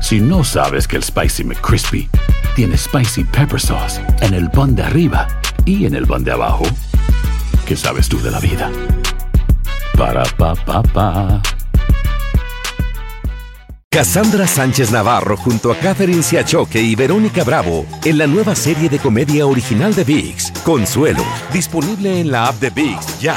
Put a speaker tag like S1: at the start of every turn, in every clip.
S1: Si no sabes que el Spicy McCrispy tiene Spicy Pepper Sauce en el pan de arriba y en el pan de abajo, ¿qué sabes tú de la vida? Para, pa, pa, pa.
S2: Cassandra Sánchez Navarro junto a Catherine Siachoque y Verónica Bravo en la nueva serie de comedia original de VIX, Consuelo, disponible en la app de VIX ya.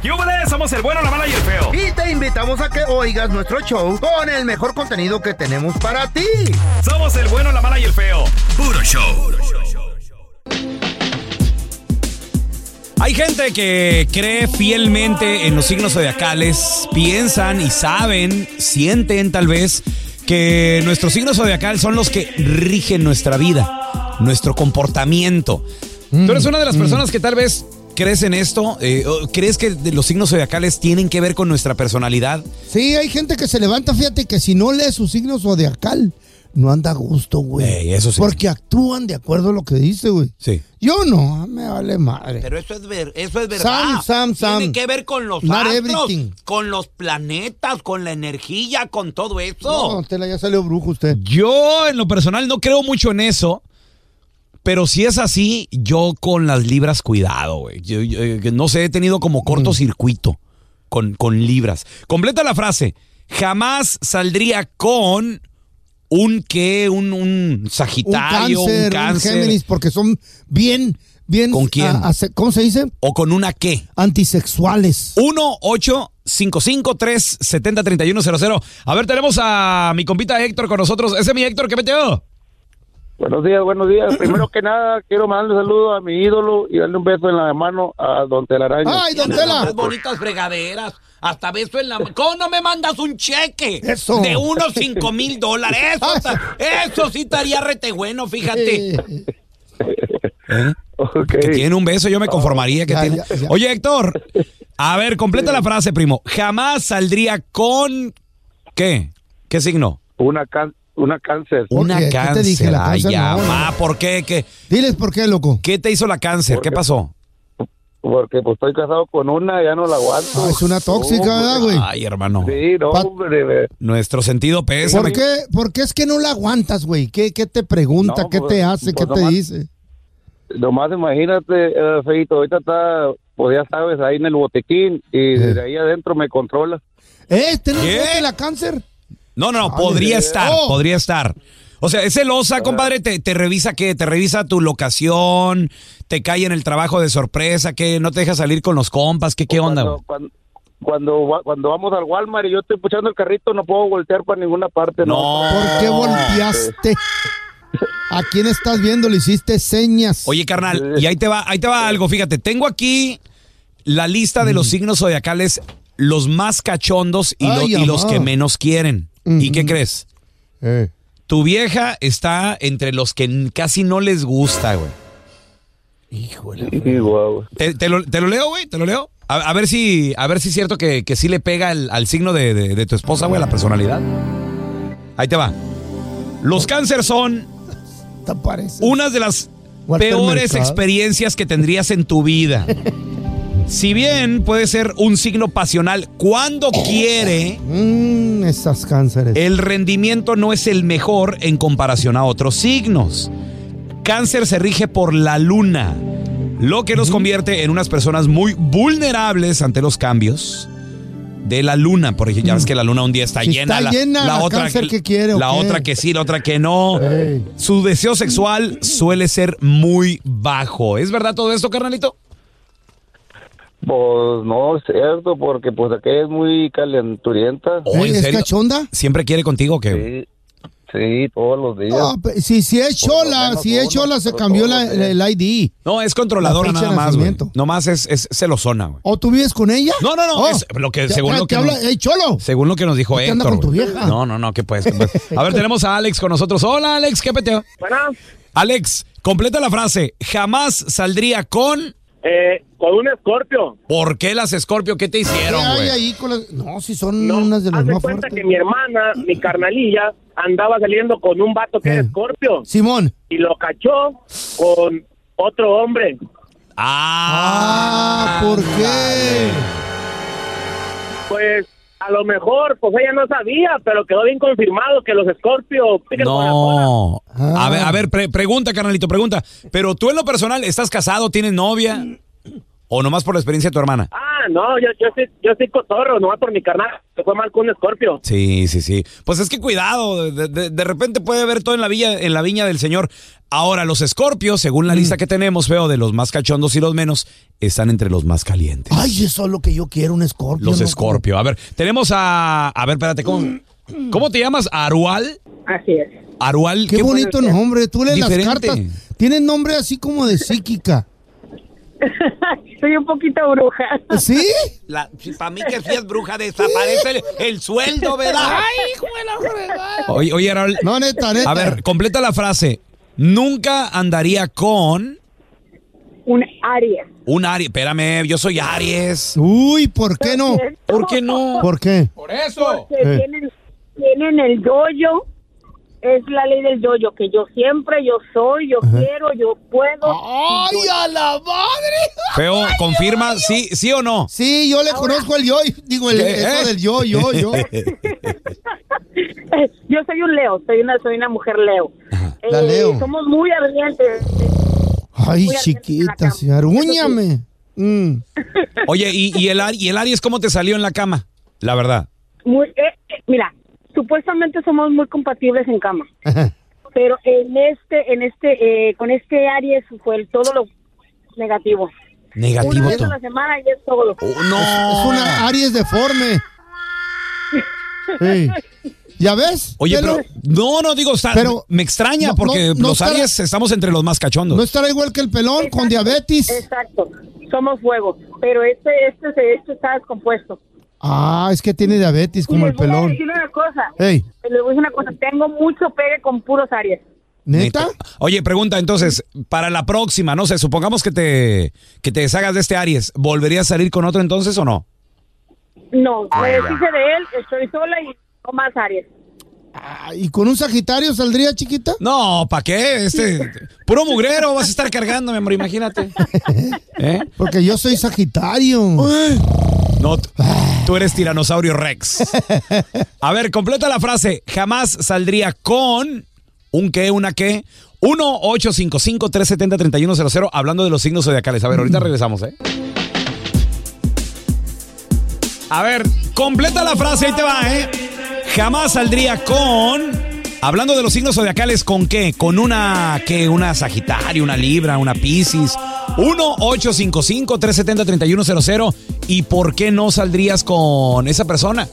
S3: ¡Yúbales! Somos el bueno, la mala y el feo.
S4: Y te invitamos a que oigas nuestro show con el mejor contenido que tenemos para ti.
S3: Somos el bueno, la mala y el feo. Puro show.
S5: Hay gente que cree fielmente en los signos zodiacales, piensan y saben, sienten tal vez, que nuestros signos zodiacal son los que rigen nuestra vida, nuestro comportamiento. Tú
S6: Mm,
S5: eres una de las personas que tal vez crees en esto, eh, o crees que de- los signos zodiacales tienen que ver con nuestra personalidad.
S6: Sí, hay gente que se levanta, fíjate, que si no lee su signo zodiacal, no anda a gusto, güey.
S5: Ey, eso sí.
S6: Porque actúan de acuerdo a lo que dice, güey.
S5: Sí.
S6: Yo no, ah, me vale madre.
S7: Pero eso es, ver, eso es verdad.
S6: Sam, Sam, Sam.
S7: Tiene que ver con los
S6: Not
S7: astros,
S6: everything.
S7: con los planetas, con la energía, con todo
S6: No,
S7: eso.
S6: don Tela, ya salió brujo usted.
S5: Yo en lo personal no creo mucho en eso. Pero si es así, yo con las libras cuidado, güey. Yo- yo, eh, no sé, he tenido
S6: Mm.
S5: como cortocircuito con, con libras. Completa la frase. Jamás saldría con un qué, un, un
S6: Un
S5: sagitario, un
S6: cáncer, un,
S5: cáncer,
S6: Géminis, porque son bien, bien.
S5: ¿Con quién?
S6: a- a- ¿Cómo se dice?
S5: o con una qué.
S6: Antisexuales.
S5: 1 8 55 3 70 31 00. A ver, tenemos a mi compita Héctor con nosotros. Ese es mi Héctor, ¿qué metió?
S8: Buenos días, buenos días. Primero que nada, quiero mandarle un saludo a mi ídolo y darle un beso en la mano a Don Telaraño.
S6: ¡Ay, don
S7: Tiene las más
S6: Tela!
S7: bonitas fregaderas. Hasta beso en la ¿Cómo no me mandas un cheque?
S6: Eso.
S7: De unos cinco mil dólares. Eso,
S6: Ah.
S7: está- eso sí estaría rete bueno, fíjate.
S6: Eh,
S8: Ok.
S5: ¿Eh? Que tiene un beso, yo me conformaría que
S6: Oh, Ya,
S5: tiene.
S6: ya, ya.
S5: Oye, Héctor, a ver, completa la frase, primo. Jamás saldría con. ¿Qué? ¿Qué signo?
S8: Una, can- una cáncer.
S6: ¿Por qué? ¿Qué te dije? La
S5: Ay,
S6: cáncer
S5: ya,
S6: no.
S5: ma, ¿por qué? qué?
S6: Diles por qué, loco.
S5: ¿Qué te hizo la cáncer? ¿Qué pasó?
S8: Porque pues estoy casado con una, ya no la aguanto.
S6: Ah, es una tóxica, ¿verdad, güey?
S5: Ay, hermano.
S8: Sí, no,
S6: Pat-
S8: hombre. me-
S5: Nuestro sentido pesa.
S6: ¿Por qué, por qué es que no la aguantas, güey? ¿Qué, qué te pregunta?
S8: No,
S6: ¿Qué
S8: pues,
S6: te hace? ¿Qué
S8: pues,
S6: te
S8: nomás-
S6: dice?
S8: Nomás imagínate, eh, Feito, ahorita está, pues ya sabes, ahí en el botequín y
S6: Sí.
S8: de ahí adentro me controla.
S6: ¿Eh? ¿Este no
S5: ¿Qué?
S6: es la cáncer?
S5: No, no, no,
S6: Ay,
S5: podría
S6: eh.
S5: estar,
S6: Oh.
S5: podría estar. O sea, es celosa, compadre, te, te revisa qué, te revisa tu locación, te cae en el trabajo de sorpresa, que no te deja salir con los compas, qué, qué onda,
S8: Cuando,
S5: güey?
S8: cuando, cuando, va- cuando vamos al Walmart y yo estoy puchando el carrito, no puedo voltear para ninguna parte.
S5: No.
S6: ¿Por qué volteaste? ¿A quién estás viendo? Le hiciste señas.
S5: Oye, carnal, y ahí te va, ahí te va algo, fíjate, tengo aquí la lista de los signos zodiacales, los más cachondos y, lo-
S6: Ay,
S5: y los
S6: ajá.
S5: que menos quieren. ¿Y qué
S6: Ujú.
S5: crees?
S6: Eh,
S5: Tu vieja está entre los que n- casi no les gusta, güey.
S8: Sí, guau.
S5: Eh, Te, te lo, te lo leo, güey, te lo leo. A, a ver si a ver si es cierto que, que sí le pega al, al signo de, de- de tu esposa, güey, a la personalidad. Ahí te va. Los cáncer son
S6: ¿te parece?
S5: unas de las
S6: Walter
S5: peores
S6: Mercado.
S5: experiencias que tendrías en tu vida. Si bien puede ser un signo pasional cuando quiere,
S6: Mm, esas cánceres.
S5: el rendimiento no es el mejor en comparación a otros signos. Cáncer se rige por la luna, lo que los convierte en unas personas muy vulnerables ante los cambios de la luna. Por ejemplo, ya ves que la luna un día está
S6: Mm. Si
S5: llena,
S6: está llena, la
S5: otra
S6: cáncer que quiere, ¿o
S5: la
S6: qué?
S5: otra que sí, la otra que no.
S6: Ey.
S5: Su deseo sexual suele ser muy bajo. ¿Es verdad todo esto, carnalito?
S8: Pues no es cierto, porque pues aquella es muy calenturienta.
S6: Ey,
S5: ¿en
S6: Eh, ¿Es
S5: serio?
S6: cachonda?
S5: ¿Siempre quiere contigo o qué?
S8: Sí,
S9: Sí, todos los días.
S6: No, pe- si, si es
S9: Por lo
S6: chola,
S9: menos
S6: si es
S9: uno,
S6: chola, se
S9: pero
S6: cambió
S9: todos
S6: la-
S9: los días.
S6: el ID.
S5: No, es controladora
S6: La
S5: nada
S6: fecha de
S5: más, güey.
S6: nacimiento.
S5: Nomás es, es celosona, güey.
S6: ¿O tú vives con ella?
S5: No, no, no,
S6: Oh,
S5: es lo que-
S6: te-
S5: según
S6: te-
S5: lo
S6: te
S5: que
S6: habla,
S5: nos-
S6: ¡Ey, cholo!
S5: Según lo que nos dijo
S6: ¿Por qué
S5: Héctor.
S6: anda con tu
S5: güey.
S6: vieja?
S5: No, no, no, ¿qué puedes? qué puedes? A ver, tenemos a Alex con nosotros. Hola, Alex, ¿qué peteo?
S9: Bueno,
S5: Alex, completa la frase. Jamás saldría con.
S9: Eh, con un escorpio.
S5: ¿Por qué las Scorpio? ¿Qué te
S6: ¿Qué
S5: hicieron,
S6: hay
S5: güey?
S6: ahí con las- No, si son unas de las
S9: haz de
S6: más
S9: cuenta
S6: fuertes.
S9: que mi hermana, mi carnalilla, andaba saliendo con un vato que
S6: Eh.
S9: era
S5: Mm.
S9: escorpio
S6: Simón.
S9: y lo cachó con otro hombre.
S5: Ah,
S6: Ah, ¿por qué?
S9: Pues a lo mejor, pues ella no sabía, pero quedó bien confirmado que los escorpios pican con la cola.
S5: No.
S6: Ah.
S5: A ver, a ver, pre- pregunta, carnalito, pregunta. Pero tú en lo personal, ¿estás casado? ¿Tienes novia? ¿O nomás por la experiencia de tu hermana?
S9: Ah, no, yo, yo, soy, yo soy cotorro, nomás por mi carnal. Se fue mal con un escorpio.
S5: Sí, sí, sí. Pues es que cuidado, de, de- de repente puede haber todo en la villa, en la viña del señor. Ahora, los escorpios, según
S6: Mm.
S5: la lista que tenemos, feo, de los más cachondos y los menos, están entre los más calientes.
S6: Ay, eso es lo que yo quiero, un escorpio.
S5: los
S6: ¿no?
S5: escorpio. A ver, tenemos a. A ver, espérate, ¿cómo, cómo te llamas? ¿Arual?
S10: Así es.
S5: ¿Arual?
S6: Qué, bonito nombre. Tú lees
S5: Diferente.
S6: las cartas. Tienen nombre así como de psíquica.
S10: Soy un poquito bruja.
S6: ¿Sí?
S7: para mí que si es bruja desaparece el, el sueldo, ¿verdad?
S5: Oye, oye, Arual.
S6: No, neta, neta.
S5: A ver, completa la frase. Nunca andaría con
S10: Un Aries.
S5: un Aries. Espérame, yo soy Aries.
S6: Uy, ¿por qué no?
S5: ¿Por qué no?
S6: ¿Por qué?
S7: Por eso.
S10: Que
S6: Eh.
S10: tienen, tienen el yoyo. Es la ley del yoyo, que yo siempre, yo soy, yo quiero, yo puedo.
S6: a la madre!
S5: Feo, confirma, sí, sí o no.
S6: Sí, yo le conozco el yo, digo, el,
S5: ¿Qué? ¿Eh?
S6: eso del yo, yo, yo.
S10: Eh, Yo soy un Leo, soy una, soy una mujer Leo. Eh,
S6: La Leo.
S10: Somos muy ardientes.
S6: Ay,
S10: Voy a hacer la
S6: chiquita,
S10: cama.
S6: si argúñame. Mm.
S5: Oye, ¿y, y el, Ari- ¿y el Aries cómo te salió en la cama? La verdad.
S10: Muy, eh, eh, mira, supuestamente somos muy compatibles en cama.
S6: Ajá.
S10: Pero en este, en este, eh, con este Aries fue el todo lo negativo. Una
S5: Negativo
S10: vez
S5: tú.
S10: a la semana y es todo lo
S5: Oh, no.
S6: Es una Aries deforme. Sí. ¿Ya ves?
S5: Oye,
S6: Velo.
S5: pero no, no digo, está-
S6: Pero-
S5: me extraña
S6: no,
S5: porque
S6: no, no
S5: los
S6: estará-
S5: Aries estamos entre los más cachondos.
S6: ¿No estará igual que el pelón Oh, con
S10: Exacto,
S6: diabetes?
S10: Exacto, somos fuego, pero este, este, se- este está descompuesto.
S6: Ah, es que tiene diabetes
S10: Y
S6: como el
S10: les voy a
S6: pelón.
S10: decir una cosa,
S6: Ey,
S10: les voy a decir una cosa, tengo mucho pegue con puros Aries.
S6: ¿neta?
S5: Oye, pregunta entonces, para la próxima, no sé, supongamos que te que te deshagas de este Aries, ¿volverías a salir con otro entonces o no?
S10: No,
S5: Ah,
S10: me deshice de él, estoy sola y no más Aries.
S6: Ah, ¿Y con un Sagitario saldría, chiquita?
S5: No, ¿para qué? Este puro mugrero vas a estar cargando, mi amor, imagínate. ¿Eh?
S6: Porque yo soy Sagitario.
S5: No, t- tú eres tiranosaurio Rex. A ver, completa la frase. Jamás saldría con un qué, una qué. 1-855-370-3100, hablando de los signos zodiacales. A ver, ahorita regresamos, ¿eh? A ver, completa la frase, ahí te va, ¿eh? Jamás saldría con... Hablando de los signos zodiacales, ¿con qué? Con una, ¿qué? Una Sagitario, una Libra, una Piscis. 1-855-370-3100. ¿Y por qué no saldrías con esa persona?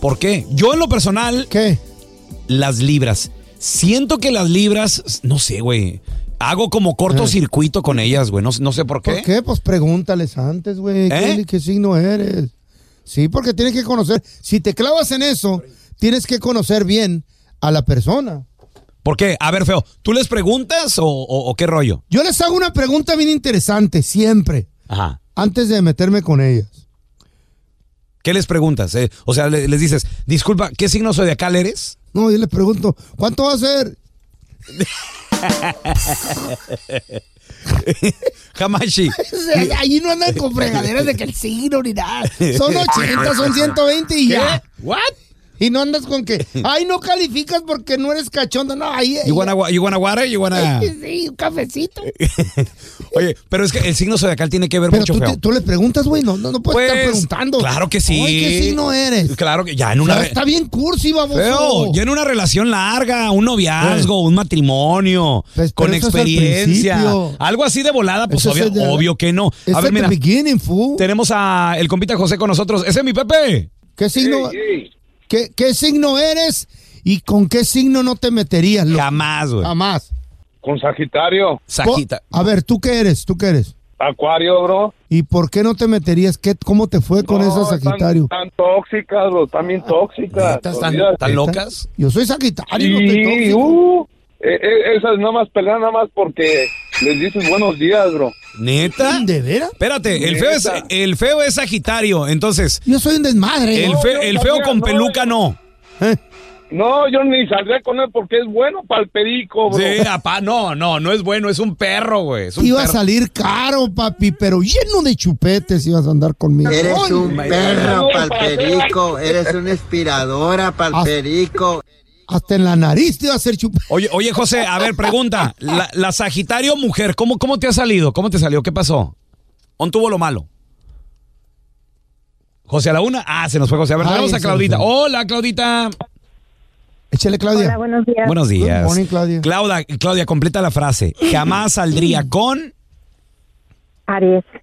S5: ¿Por qué? Yo en lo personal,
S6: ¿Qué?
S5: las libras. Siento que las libras, no sé, güey. Hago como cortocircuito con ellas, güey. No, no sé por qué.
S6: ¿Por qué? Pues pregúntales antes, güey. ¿Qué-
S5: ¿Eh?
S6: ¿Qué, signo eres? Sí, porque tienes que conocer. Si te clavas en eso, tienes que conocer bien a la persona.
S5: ¿Por qué? A ver, feo, ¿tú les preguntas o, o- o qué rollo?
S6: Yo les hago una pregunta bien interesante, siempre,
S5: Ajá.
S6: antes de meterme con ellas.
S5: ¿Qué les preguntas? Eh, o sea, le- les dices, disculpa, ¿qué signo zodiacal eres?
S6: No, yo les pregunto, ¿cuánto va a ser?
S5: Hamashi.
S6: Allí no andan con fregaderas de que el signo ni nada. Son 80, son 120 y ya.
S5: What?
S6: Y no andas con que, ay, no calificas porque no eres cachonda. No, ahí.
S5: You wanna, wa- you wanna water, you wanna-
S6: Sí, un cafecito.
S5: Oye, pero es que el signo zodiacal tiene que ver
S6: Pero
S5: Eh, mucho,
S6: tú,
S5: feo.
S6: te- tú le preguntas, güey, no, no, no puedes estar
S5: Pues,
S6: preguntando.
S5: Claro que sí.
S6: Ay, ¿qué signo eres?
S5: Claro que ya en
S6: O
S5: una
S6: sea,
S5: re-
S6: está bien cursi, baboso.
S5: Feo, ya en una relación larga, un noviazgo, un matrimonio,
S6: Eh. Pues, pero
S5: con
S6: eso es al
S5: experiencia,
S6: principio.
S5: algo así de volada, pues
S6: Eso
S5: obvio,
S6: es de-
S5: obvio que no.
S6: Es
S5: A ver,
S6: at the
S5: mira,
S6: beginning, fool.
S5: tenemos a el compita José con nosotros. Ese es mi Pepe.
S6: ¿Qué signo? ¿Qué, qué signo eres? ¿Y con qué signo no te meterías? Jamás,
S5: güey.
S6: Jamás.
S9: Con Sagitario.
S6: Po- A ver, ¿tú qué eres? ¿Tú qué eres?
S9: Acuario, bro.
S6: ¿Y por qué no te meterías? ¿Qué, ¿Cómo te fue con esa
S9: Están-
S6: Sagitario?
S9: Están, tóxicas, bro. Están bien tóxicas. Olvídate.
S6: Yo soy Sagitario. no estoy
S9: Sí,
S6: Ah, tóxico.
S9: uh, eh, eh, esas nada más pelean nada más porque les dices buenos días, bro.
S5: ¿Neta?
S6: ¿De veras?
S5: Espérate, el feo, es,
S9: Neta.
S5: el feo es Sagitario, entonces.
S6: Yo soy un desmadre.
S5: El, fe- el feo con peluca no.
S9: No, yo ni saldré con él porque es bueno para el perico, bro.
S5: Sí, apá, no, no, no es bueno, es un perro, güey. es un
S6: Iba a
S5: perro.
S6: salir caro, papi, pero lleno de chupetes ibas a andar conmigo.
S11: Eres
S6: Ay,
S11: un
S6: my
S11: perro
S6: God.
S11: palperico, eres una inspiradora palperico.
S6: Hasta en la nariz te iba a hacer chupete.
S5: Oye, oye, José, a ver, pregunta. La, la Sagitario mujer, ¿cómo, ¿cómo te ha salido? ¿Cómo te salió? ¿Qué pasó? ¿On tuvo lo malo? José a la una. Ah, se nos fue José. A ver,
S6: Ay,
S5: tenemos a
S6: se
S5: Claudita.
S6: nos
S5: Hola, Claudita.
S6: Échale, Claudia.
S10: Hola, buenos días.
S5: Buenos días.
S6: Good morning, Claudia.
S5: Claudia, Claudia, completa la frase. Jamás saldría con.
S10: Aries.
S5: Uh.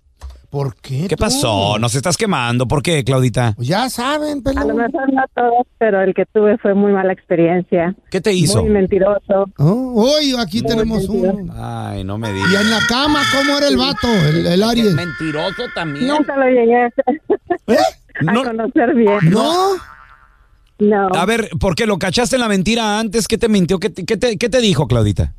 S6: ¿Por qué?
S5: ¿Qué
S6: tú?
S5: pasó? Nos estás quemando. ¿Por qué, Claudita?
S6: Pues ya saben, pelón.
S10: A lo mejor no todos, pero el que tuve fue muy mala experiencia.
S5: ¿Qué te hizo?
S10: Muy mentiroso.
S6: Oh, Hoy aquí tenemos
S10: mentiroso.
S6: uno.
S5: Ay, no me
S6: Y
S5: digas.
S6: en la cama, ¿cómo era el vato? El, el Aries.
S7: Mentiroso también.
S10: Nunca lo llegué a,
S6: ¿Eh?
S10: a
S5: No-
S10: conocer bien.
S6: No.
S10: No.
S5: A ver, ¿por qué lo cachaste en la mentira antes? ¿Qué te mintió? ¿Qué te, qué te- qué te dijo, Claudita?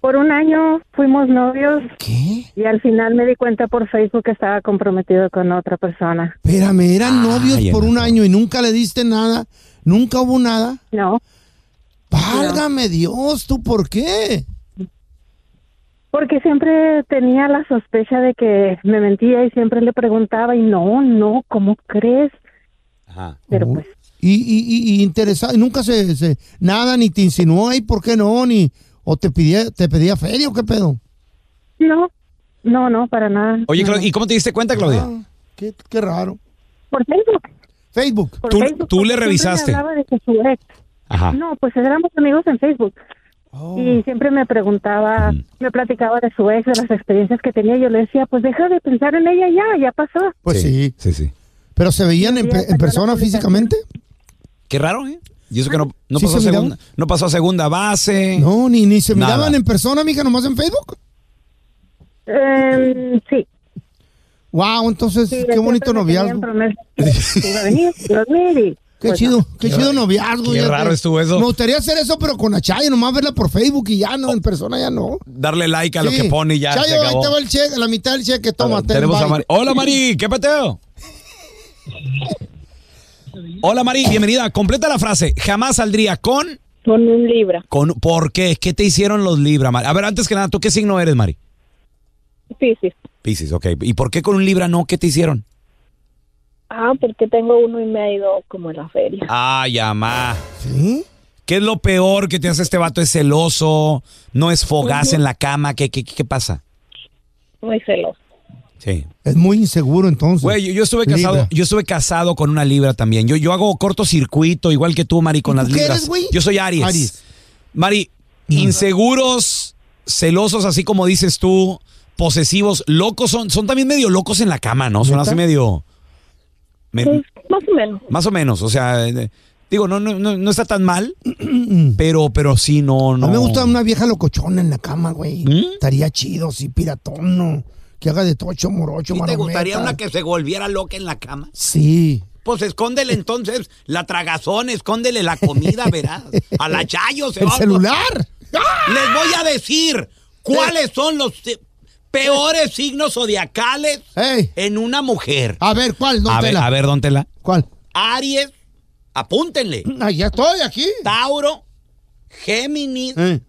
S10: Por un año fuimos novios
S6: ¿Qué?
S10: y al final me di cuenta por Facebook que estaba comprometido con otra persona.
S6: Espérame, eran novios
S5: Ay,
S6: por un
S5: Ana.
S6: año y nunca le diste nada. Nunca hubo nada.
S10: No.
S6: Válgame Dios, ¿tú por qué?
S10: Porque siempre tenía la sospecha de que me mentía y siempre le preguntaba y no, no, ¿cómo crees?
S5: Ajá.
S10: Pero
S6: Oh.
S10: pues
S6: Y, y, y, y interesado, nunca se, se- nada, ni te insinuó, ahí por qué no? Ni, ¿O te pedía, te pedía feria o qué pedo?
S10: no, no, no, para nada.
S5: Oye,
S10: No,
S5: Clau-
S10: no.
S5: ¿y cómo te diste cuenta, Claudia?
S6: Ah, qué, qué raro.
S10: por Facebook.
S6: Facebook.
S10: por
S5: Tú-
S10: Facebook,
S5: tú le
S10: porque siempre
S5: revisaste.
S10: me hablaba de que su ex.
S5: Ajá.
S10: No, pues éramos amigos en Facebook.
S6: Oh.
S10: Y siempre me preguntaba,
S5: Mm.
S10: me platicaba de su ex, de las experiencias que tenía. y Yo le decía, pues deja de pensar en ella ya, ya pasó.
S6: Pues sí.
S5: Sí, sí.
S6: ¿Pero se veían en,
S10: Sí,
S6: pe-
S10: hasta
S6: en
S10: la
S6: persona
S10: publicación.
S6: físicamente?
S5: Qué raro, ¿eh? Y eso que no, no
S6: ¿Sí
S5: pasó, a
S6: se
S5: segunda,
S6: miraron?
S5: no pasó a segunda base.
S6: No, ni, ni se
S5: Nada.
S6: miraban en persona, mija, nomás en Facebook.
S10: Em, sí.
S6: Wow, entonces,
S10: sí,
S6: qué
S10: siempre
S6: bonito
S10: me
S6: noviazgo.
S10: tenían promesas que iba a venir, iba a venir y,
S6: Qué
S10: pues,
S6: chido,
S10: no.
S6: qué, chido noviazgo.
S5: ah, qué
S6: fíjate.
S5: raro estuvo eso.
S6: Me gustaría hacer eso, pero con la Chayo, nomás verla por Facebook y ya no, en persona ya no.
S5: Darle like a lo
S6: Sí.
S5: que pone y ya
S6: Chayo,
S5: se acabó.
S6: ahí te va el cheque, la mitad del cheque,
S5: A ver,
S6: toma. ten,
S5: tenemos a
S6: bye.
S5: Mari. Hola, Mari. ¿Qué pateo? Hola, Mari. Bienvenida. Completa la frase. Jamás saldría con...
S10: Con un libra,
S5: con ¿Por qué? ¿Qué te hicieron los Libra, Mari? A ver, antes que nada, ¿tú qué signo eres, Mari?
S10: Piscis.
S5: Piscis, ok. ¿Y por qué con un Libra no? ¿Qué te hicieron?
S10: Ah, porque tengo uno y me ha ido como en la feria.
S5: Ay, amá.
S6: ¿Sí?
S5: ¿Qué es lo peor que te hace este vato? ¿Es celoso? ¿No es fogaz en la cama? ¿Qué, qué, qué- qué pasa?
S10: Muy celoso.
S5: Sí.
S6: Es muy inseguro entonces.
S5: Güey, yo, yo estuve casado,
S6: Libra.
S5: yo estuve casado con una libra también. Yo, yo hago cortocircuito, igual que tú, Mari, con
S6: ¿Y tú
S5: las
S6: qué
S5: libras.
S6: eres, güey?
S5: Yo soy Aries.
S6: Aries.
S5: Mari, inseguros, celosos, así como dices tú, posesivos, locos son, son también medio locos en la cama, ¿no? Son
S6: ¿Neta?
S5: así medio. me-
S10: más o menos.
S5: más o menos, o sea, eh, digo, no, no, no, no está tan mal, pero, pero sí, no, no.
S6: A mí me gusta una vieja locochona en la cama, güey.
S5: ¿Mm?
S6: Estaría chido, sí, piratón, ¿no? Que haga de tocho, morocho,
S7: ¿Y te
S6: marometa.
S7: gustaría una que se volviera loca en la cama?
S6: Sí.
S7: Pues escóndele entonces la tragazón, escóndele la comida, verás. A la chayo se
S6: ¡El
S7: va-
S6: celular! ¡Ah!
S7: Les voy a decir cuáles son los eh, peores signos zodiacales
S6: ¡Ey!
S7: en una mujer.
S6: A ver, ¿cuál? No
S5: Eh. A ver,
S6: ¿Eh? Ah, tela.
S5: a ver, don Tela.
S6: ¿Cuál?
S7: Aries, apúntenle.
S6: Ah, ya estoy aquí.
S7: Tauro, Géminis,
S6: ¡Ey!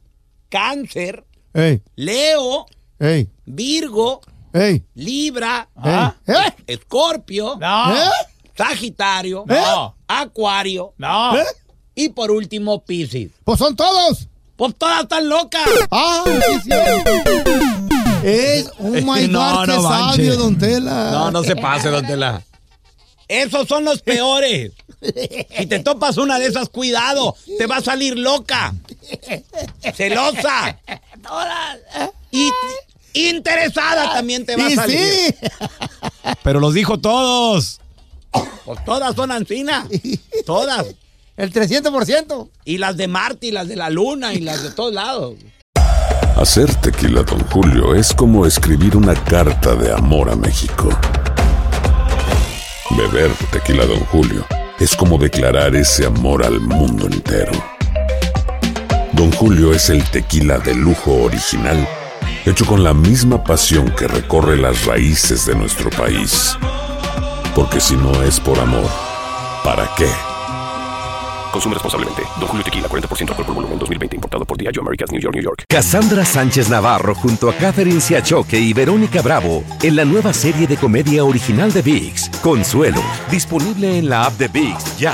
S7: Cáncer,
S6: ¡Ey!
S7: Leo,
S6: ¡Ey!
S7: Virgo,
S6: ¡Ey!
S7: Libra,
S6: ¡Ey! ¡Eh!
S7: Escorpio,
S6: ¿Eh?
S7: Sagitario,
S5: ¿Eh?
S6: No.
S7: Acuario
S6: ¿Eh?
S7: y por último Piscis.
S6: Pues son todos.
S7: Pues todas están locas.
S6: ¡Ah! sí, sí. Es, oh my
S5: No,
S6: God,
S5: no
S6: qué
S5: manches.
S6: sabio, don Tela.
S5: No, no se pase, don Tela.
S7: Esos son los peores. Si te topas una de esas, cuidado, te va a salir loca, celosa y interesada también te va a
S6: Y
S7: salir.
S6: sí.
S5: Pero los dijo todos.
S7: Pues todas son ancinas, todas.
S6: El 300%.
S12: Y las de Marte, y las de la Luna, y las de todos lados.
S1: Hacer tequila, Don Julio, es como escribir una carta de amor a México. Beber tequila, Don Julio, es como declarar ese amor al mundo entero. Don Julio es el tequila de lujo original, hecho con la misma pasión que recorre las raíces de nuestro país. Porque si no es por amor, ¿para qué?
S13: Consume responsablemente. Don Julio Tequila, 40% alcohol por volumen, 2020. Importado por Diageo Americas, New York, New York.
S14: Cassandra Sánchez Navarro junto a Catherine Siachoque y Verónica Bravo en la nueva serie de comedia original de VIX, Consuelo, disponible en la app de VIX ya.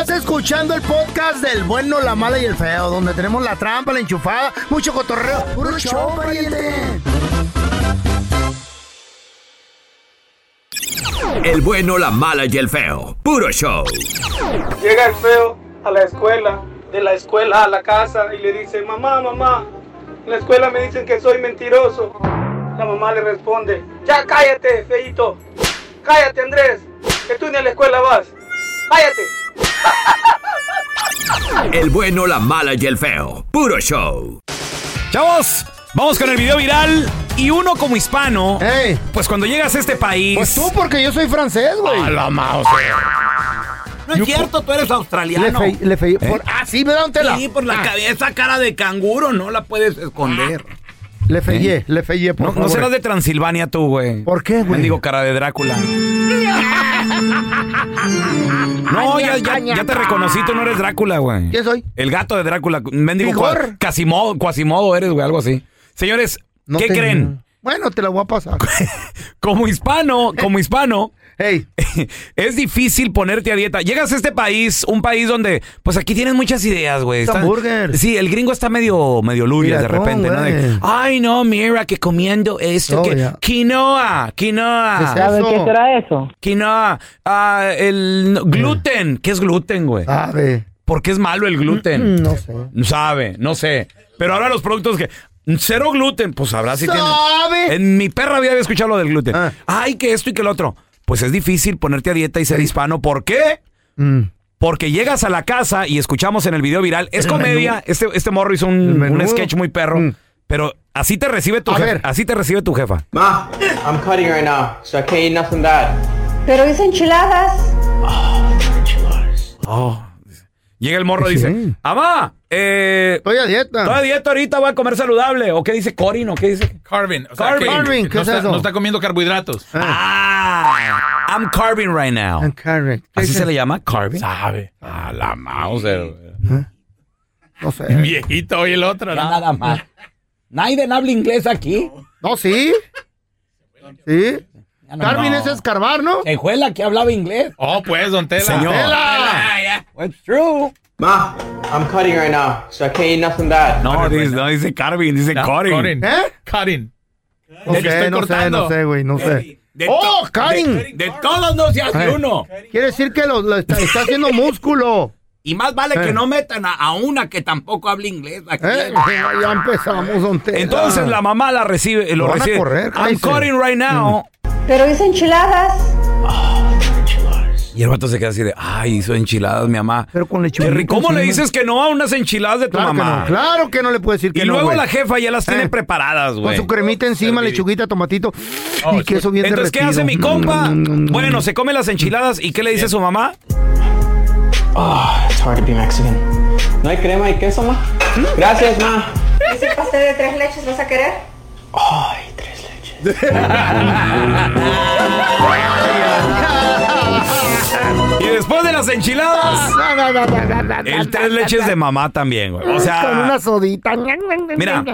S15: Estás escuchando el podcast del bueno, la mala y el feo, donde tenemos la trampa, la enchufada, mucho cotorreo. ¡Puro show, pariente!
S16: El bueno, la mala y el feo. Puro show.
S8: Llega el feo a la escuela, de la escuela a la casa y le dice, mamá, mamá, en la escuela me dicen que soy mentiroso. La mamá le responde, ya cállate, feito. Cállate, Andrés, que tú ni a la escuela vas. Cállate.
S16: El bueno, la mala y el feo. Puro show.
S5: Chavos, vamos con el video viral. Y uno como hispano, pues cuando llegas a este país.
S6: ¿Eh? Pues tú, porque yo soy francés, güey.
S5: A la ma- o sea,
S12: No es cierto, tú eres australiano.
S6: Le fe- le fe-
S5: ¿Eh?
S6: por-
S12: ah,
S6: sí, me dan tela.
S12: Sí, por la
S6: Ah.
S12: cabeza, cara de canguro, no la puedes esconder.
S6: Le fellé, le fellé, por
S5: ¿Eh? no, no
S6: favor.
S5: serás de Transilvania tú, güey. ¿Por qué, güey? Digo cara de Drácula. No, ya, ya- ya te reconocí, tú no eres Drácula, güey.
S6: ¿Quién soy?
S5: El gato de Drácula. Mendigo cua- Casimodo, Cuasimodo eres, güey, algo así. Señores, ¿qué
S6: te-
S5: creen?
S6: Bueno, te la voy a pasar.
S5: Como hispano, como hispano, es difícil ponerte a dieta. Llegas a este país, un país donde, pues aquí tienes muchas ideas, güey.
S6: Es
S5: Están-
S6: hamburguer.
S5: Sí, el gringo está medio, medio luria de
S6: Piratón,
S5: repente, ¿no? De-
S6: güey.
S5: Ay, no, mira, que comiendo esto,
S6: No,
S5: que
S6: ya.
S5: quinoa, quinoa.
S6: ¿Qué es ¿Sabe eso? qué será
S5: eso? Quinoa, ah, el no, gluten. ¿Qué es gluten, güey?
S6: Sabe.
S5: ¿Por qué es malo el
S6: mm,
S5: gluten? No sé. No sabe, no sé. Pero ahora los productos que... Cero gluten, pues sabrá si tiene...
S6: ¡Sabe! Ah.
S5: En mi perra vida había escuchado lo del gluten. Ay, que esto y que el otro. Pues es difícil ponerte a dieta y ser hispano. ¿Por qué? Porque llegas a la casa y escuchamos en el video viral, es
S6: El
S5: comedia,
S6: menú.
S5: este, este morro hizo
S6: El
S5: un,
S6: menú. Mm.
S5: un sketch muy perro, pero así te recibe tu
S4: A
S5: jefa,
S4: ver.
S5: así te recibe tu jefa.
S4: Ma, I'm cutting right now, so I can't eat nothing bad.
S10: Pero hice enchiladas.
S5: Oh. Llega el morro y dice, "Amá, eh,
S6: estoy a dieta.
S5: Estoy a dieta ahorita, voy a comer saludable." ¿O qué dice Corin o qué dice?
S17: Carvin. O sea,
S5: Carvin.
S17: que
S5: Carvin, ¿qué
S17: no
S5: es
S17: está,
S5: eso?
S17: No está comiendo carbohidratos.
S5: Ah, I'm carving right now. I'm
S6: carving.
S5: ¿Así se le llama? Carving.
S17: Sabe. A la Mauser.
S6: No sé.
S17: Viejito y el otro, ¿no?
S12: Nada más. Nadie habla inglés aquí.
S6: No, sí. Sí. Carvin es escarbar, ¿no?
S5: Eh,
S12: Tejuela que hablaba inglés.
S17: Oh, pues, don Tela.
S12: It's true.
S4: Ma, I'm cutting right now, so I can't eat nothing bad.
S5: No, dice, no dice Carvin, dice Corin.
S17: Corin.
S6: ¿Eh?
S17: Karin.
S6: No sé, no sé, no sé, güey, no sé.
S5: de
S6: ¡Oh,
S5: to-
S6: Karin!
S5: de- de todos no se hace uno.
S6: Quiere decir que lo, lo está, está haciendo músculo.
S12: Y más vale
S6: Eh.
S12: que no metan a, a una que tampoco habla inglés aquí.
S6: Eh, ya empezamos, don Tela.
S5: Entonces la mamá la recibe, eh, lo
S6: Lo van a
S5: recibe.
S6: correr, Mm.
S5: I'm
S6: cállese.
S5: carving right now.
S10: Pero hice enchiladas.
S5: Y el vato se queda así de, "Ay, hizo enchiladas mi mamá." Pero con ¿Cómo le dices que no a unas enchiladas de tu
S6: Claro que
S5: mamá?
S6: no, claro que no le puedes decir que
S5: Y
S6: no,
S5: luego
S6: güey. Eh,
S5: la jefa ya las tiene preparadas,
S6: Con
S5: güey. "Oh,
S6: su cremita encima, lechuguita, tomatito y queso bien
S5: Entonces, ¿qué hace
S6: derretido.
S5: mi compa?
S6: mm,
S5: Bueno, se come las enchiladas y ¿qué le dice su mamá?
S4: Oh, it's hard to be Mexican. ¿No hay crema y queso, ma? Gracias, ma.
S10: Hice pastel de tres leches, ¿vas a querer?
S5: Y después de las enchiladas, el tres leches de mamá también, güey. O
S6: Con
S5: sea,
S6: una sodita.
S5: mm. mira,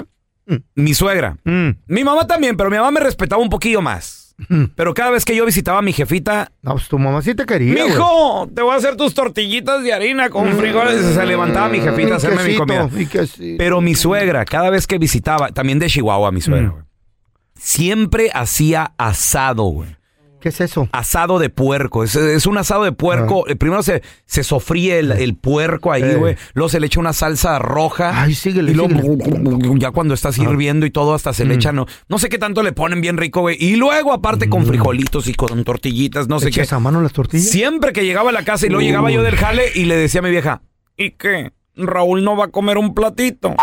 S5: mi suegra. Mi mamá también, pero mi mamá me respetaba un poquillo más.
S6: Mm.
S5: Pero cada vez que yo visitaba a mi jefita,
S6: No, pues tu mamá sí te quería. güey. Mm.
S5: Mijo, te voy a hacer tus tortillitas de harina con frijoles. Se levantaba mi jefita a hacerme mi
S6: quesito,
S5: comida.
S6: mi quesito.
S5: Pero mi suegra, cada vez que visitaba, también de Chihuahua, mi
S6: Mm.
S5: suegra, güey, siempre hacía asado, güey.
S6: ¿Qué es eso?
S5: Asado de puerco. Es, es un asado de puerco. Eh, Primero se, se sofríe el, el puerco ahí,
S6: Ah. Eh.
S5: güey. Luego se le echa una salsa roja.
S6: Ay, síguele,
S5: Y luego,
S6: síguele.
S5: ya cuando estás
S6: Ah.
S5: hirviendo y todo, hasta se
S6: Mm.
S5: le echa, no, no sé qué tanto le ponen bien rico, güey. Y luego, aparte,
S6: Mm.
S5: con frijolitos y con tortillitas, no sé qué.
S6: ¿Echas a mano las tortillas?
S5: Siempre que llegaba a la casa y luego
S6: Uy.
S5: llegaba yo del jale y le decía a mi vieja, ¿y qué? Raúl no va a comer un platito.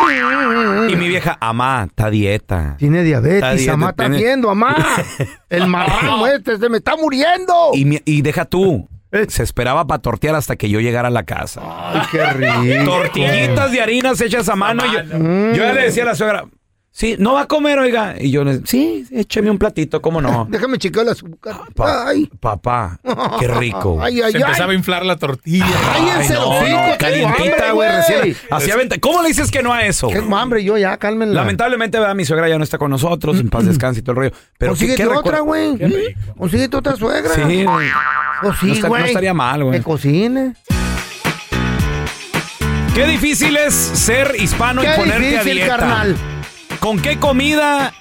S5: Y mi vieja, amá, está a dieta.
S6: Tiene
S5: Está a
S6: diabetes,
S5: dieta,
S6: amá, está
S5: tiene-
S6: viendo, amá. El marrano este se me está muriendo.
S5: Y, mi- y deja tú. Se esperaba para tortear hasta que yo llegara a la casa.
S6: Eh. Ay, qué rico.
S5: Tortillitas de harinas hechas a mano. y yo,
S6: mano.
S5: yo ya le decía a la suegra, sí, no va a comer, oiga. Y yo, le- sí, écheme un platito, ¿cómo no?
S6: Déjame checar el azúcar.
S5: Ah, Pa-
S6: Ay.
S5: Papá, qué rico.
S6: Ay, ay,
S18: Se
S6: ay.
S18: empezaba a inflar la tortilla.
S5: Ay,
S6: Cállense los hijos, tengo hambre,
S5: calientita, güey,
S6: güey.
S5: recién. Hacía venta- ¿Cómo le dices que no a eso?
S6: Qué hambre yo ya, cálmenla.
S5: Lamentablemente, ¿verdad? mi suegra ya no está con nosotros, en paz descanse y todo el rollo. Pero sí,
S6: Consíguete
S5: ¿qué
S6: otra,
S5: recuerdo?
S6: güey. ¿Mm? Consíguete otra suegra.
S5: Sí, güey.
S6: Pues
S5: No
S6: sí,
S5: está-
S6: güey.
S5: no estaría mal, güey.
S6: Que cocine.
S5: Qué difícil es ser hispano
S6: Qué
S5: y ponerte a
S6: difícil,
S5: dieta.
S6: carnal.
S5: ¿Con qué comida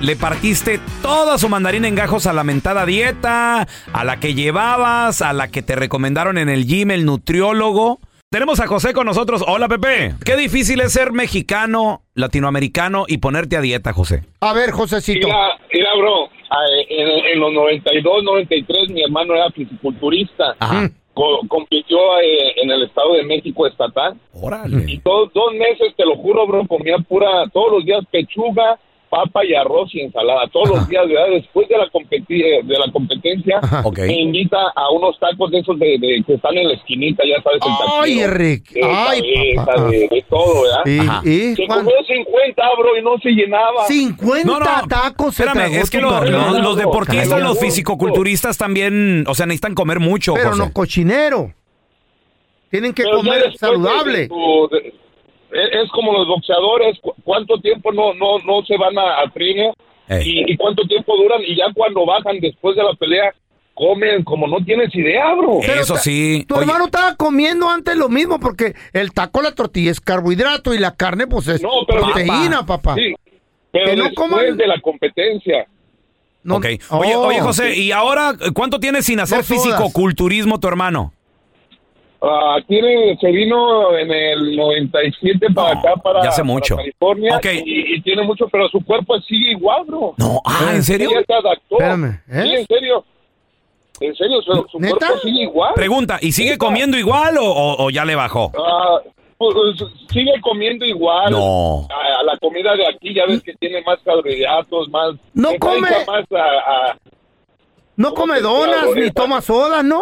S5: le partiste toda su mandarina en gajos a la mentada dieta, a la que llevabas, a la que te recomendaron en el gym, el nutriólogo? Tenemos a José con nosotros. Hola, Pepe. Qué difícil es ser mexicano, latinoamericano y ponerte a dieta, José.
S6: A ver, Josecito.
S8: Mira, mira, bro, a- en, en los 92, 93, mi hermano era fisiculturista. Mm. Co- compitió eh, en el Estado de México estatal. Y dos, dos meses, te lo juro, bro, comía pura, todos los días pechuga, papa y arroz y ensalada. Todos los días, ¿verdad? Después de la, competi- eh, de la competencia,
S5: ok.
S8: me invita a unos tacos de esos de, de- que están en la esquinita, ya sabes, el
S6: Ay,
S8: taquero,
S6: Rick.
S8: de
S6: Ay,
S8: cabeza,
S6: papá.
S8: de, de todo, ¿verdad?
S6: Y- Ajá. y,
S8: Se
S6: Juan.
S8: comió 50, bro, y no se llenaba.
S6: 50 tacos se
S5: Espérame,
S6: tragó
S5: es que
S6: tu
S5: lo-
S6: marido.
S5: lo- los deportistas,
S6: Cállate.
S5: los fisicoculturistas también, o sea, necesitan comer mucho,
S6: Pero
S5: José.
S6: no cochinero. Tienen que
S8: Pero ya
S6: comer
S8: después de-
S6: saludable.
S8: de tu- de- e, es es como los boxeadores, cu- cuánto tiempo no no no se van a, a trineo
S6: Eh.
S8: y, y cuánto tiempo duran y ya cuando bajan después de la pelea comen como no tienes idea, bro.
S5: Eso sí.
S6: Tu hermano estaba comiendo antes lo mismo porque el taco, la tortilla es carbohidrato y la carne, pues es proteína, papá.
S8: Sí, pero
S6: Que no
S8: después
S6: coman-
S8: de la competencia.
S5: Ok. Oye,
S8: Oh,
S5: oye, José,
S8: sí.
S5: ¿y ahora cuánto tienes sin hacer
S8: No jodas.
S5: fisicoculturismo tu hermano?
S8: Ah, tiene se vino en el 97 para acá para,
S5: ya hace mucho.
S8: para California y, y tiene mucho, pero su cuerpo sigue igual, bro. No,
S5: ah, ¿en serio?
S8: se adaptó.
S5: Espérame, ¿eh?
S8: Sí, en serio. En serio, su, su cuerpo sigue igual.
S5: Pregunta, ¿y sigue comiendo igual o, o- o ya le bajó?
S8: Ah, pues, sigue comiendo igual.
S5: No.
S8: A, a la comida de aquí ya ves que tiene más carbohidratos, más.
S6: No
S8: se
S6: come.
S8: cansa Más a- a-
S6: No come donas ni toma sodas, ¿no?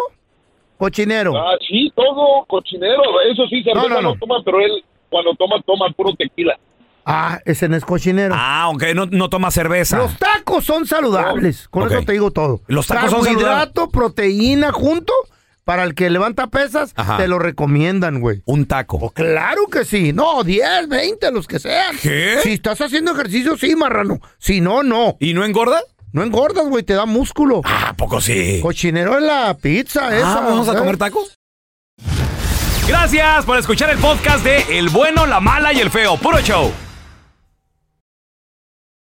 S6: Cochinero.
S8: ah, sí, todo cochinero. Eso sí, cerveza
S6: No,
S8: no,
S6: no, no.
S8: toma, pero él cuando toma, toma puro tequila.
S6: Ah, ese no es cochinero.
S5: Ah, ok, no, no toma cerveza.
S6: Los tacos son saludables. Con
S5: Oh, Ok.
S6: eso te digo todo.
S5: Los tacos son
S6: Carbohidrato, proteína junto. Para el que levanta pesas,
S5: Ajá.
S6: te lo recomiendan, güey.
S5: Un taco.
S6: claro que sí. No, 10, 20, los que sean.
S5: ¿Qué?
S6: Si estás haciendo ejercicio, sí, marrano. Si no, no.
S5: ¿Y no engorda?
S6: No engordas, güey. Te da músculo.
S5: Ah, poco sí. Ah,
S6: Cochinero es la pizza esa. ¿eh?
S5: ¿vamos a comer tacos? Gracias por escuchar el podcast de El bueno, la mala y el feo. Puro show.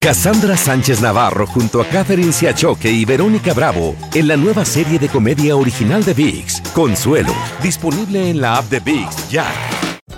S2: Cassandra Sánchez Navarro junto a Catherine Siachoque y Verónica Bravo en la nueva serie de comedia original de VIX, Consuelo, disponible en la app de VIX ya.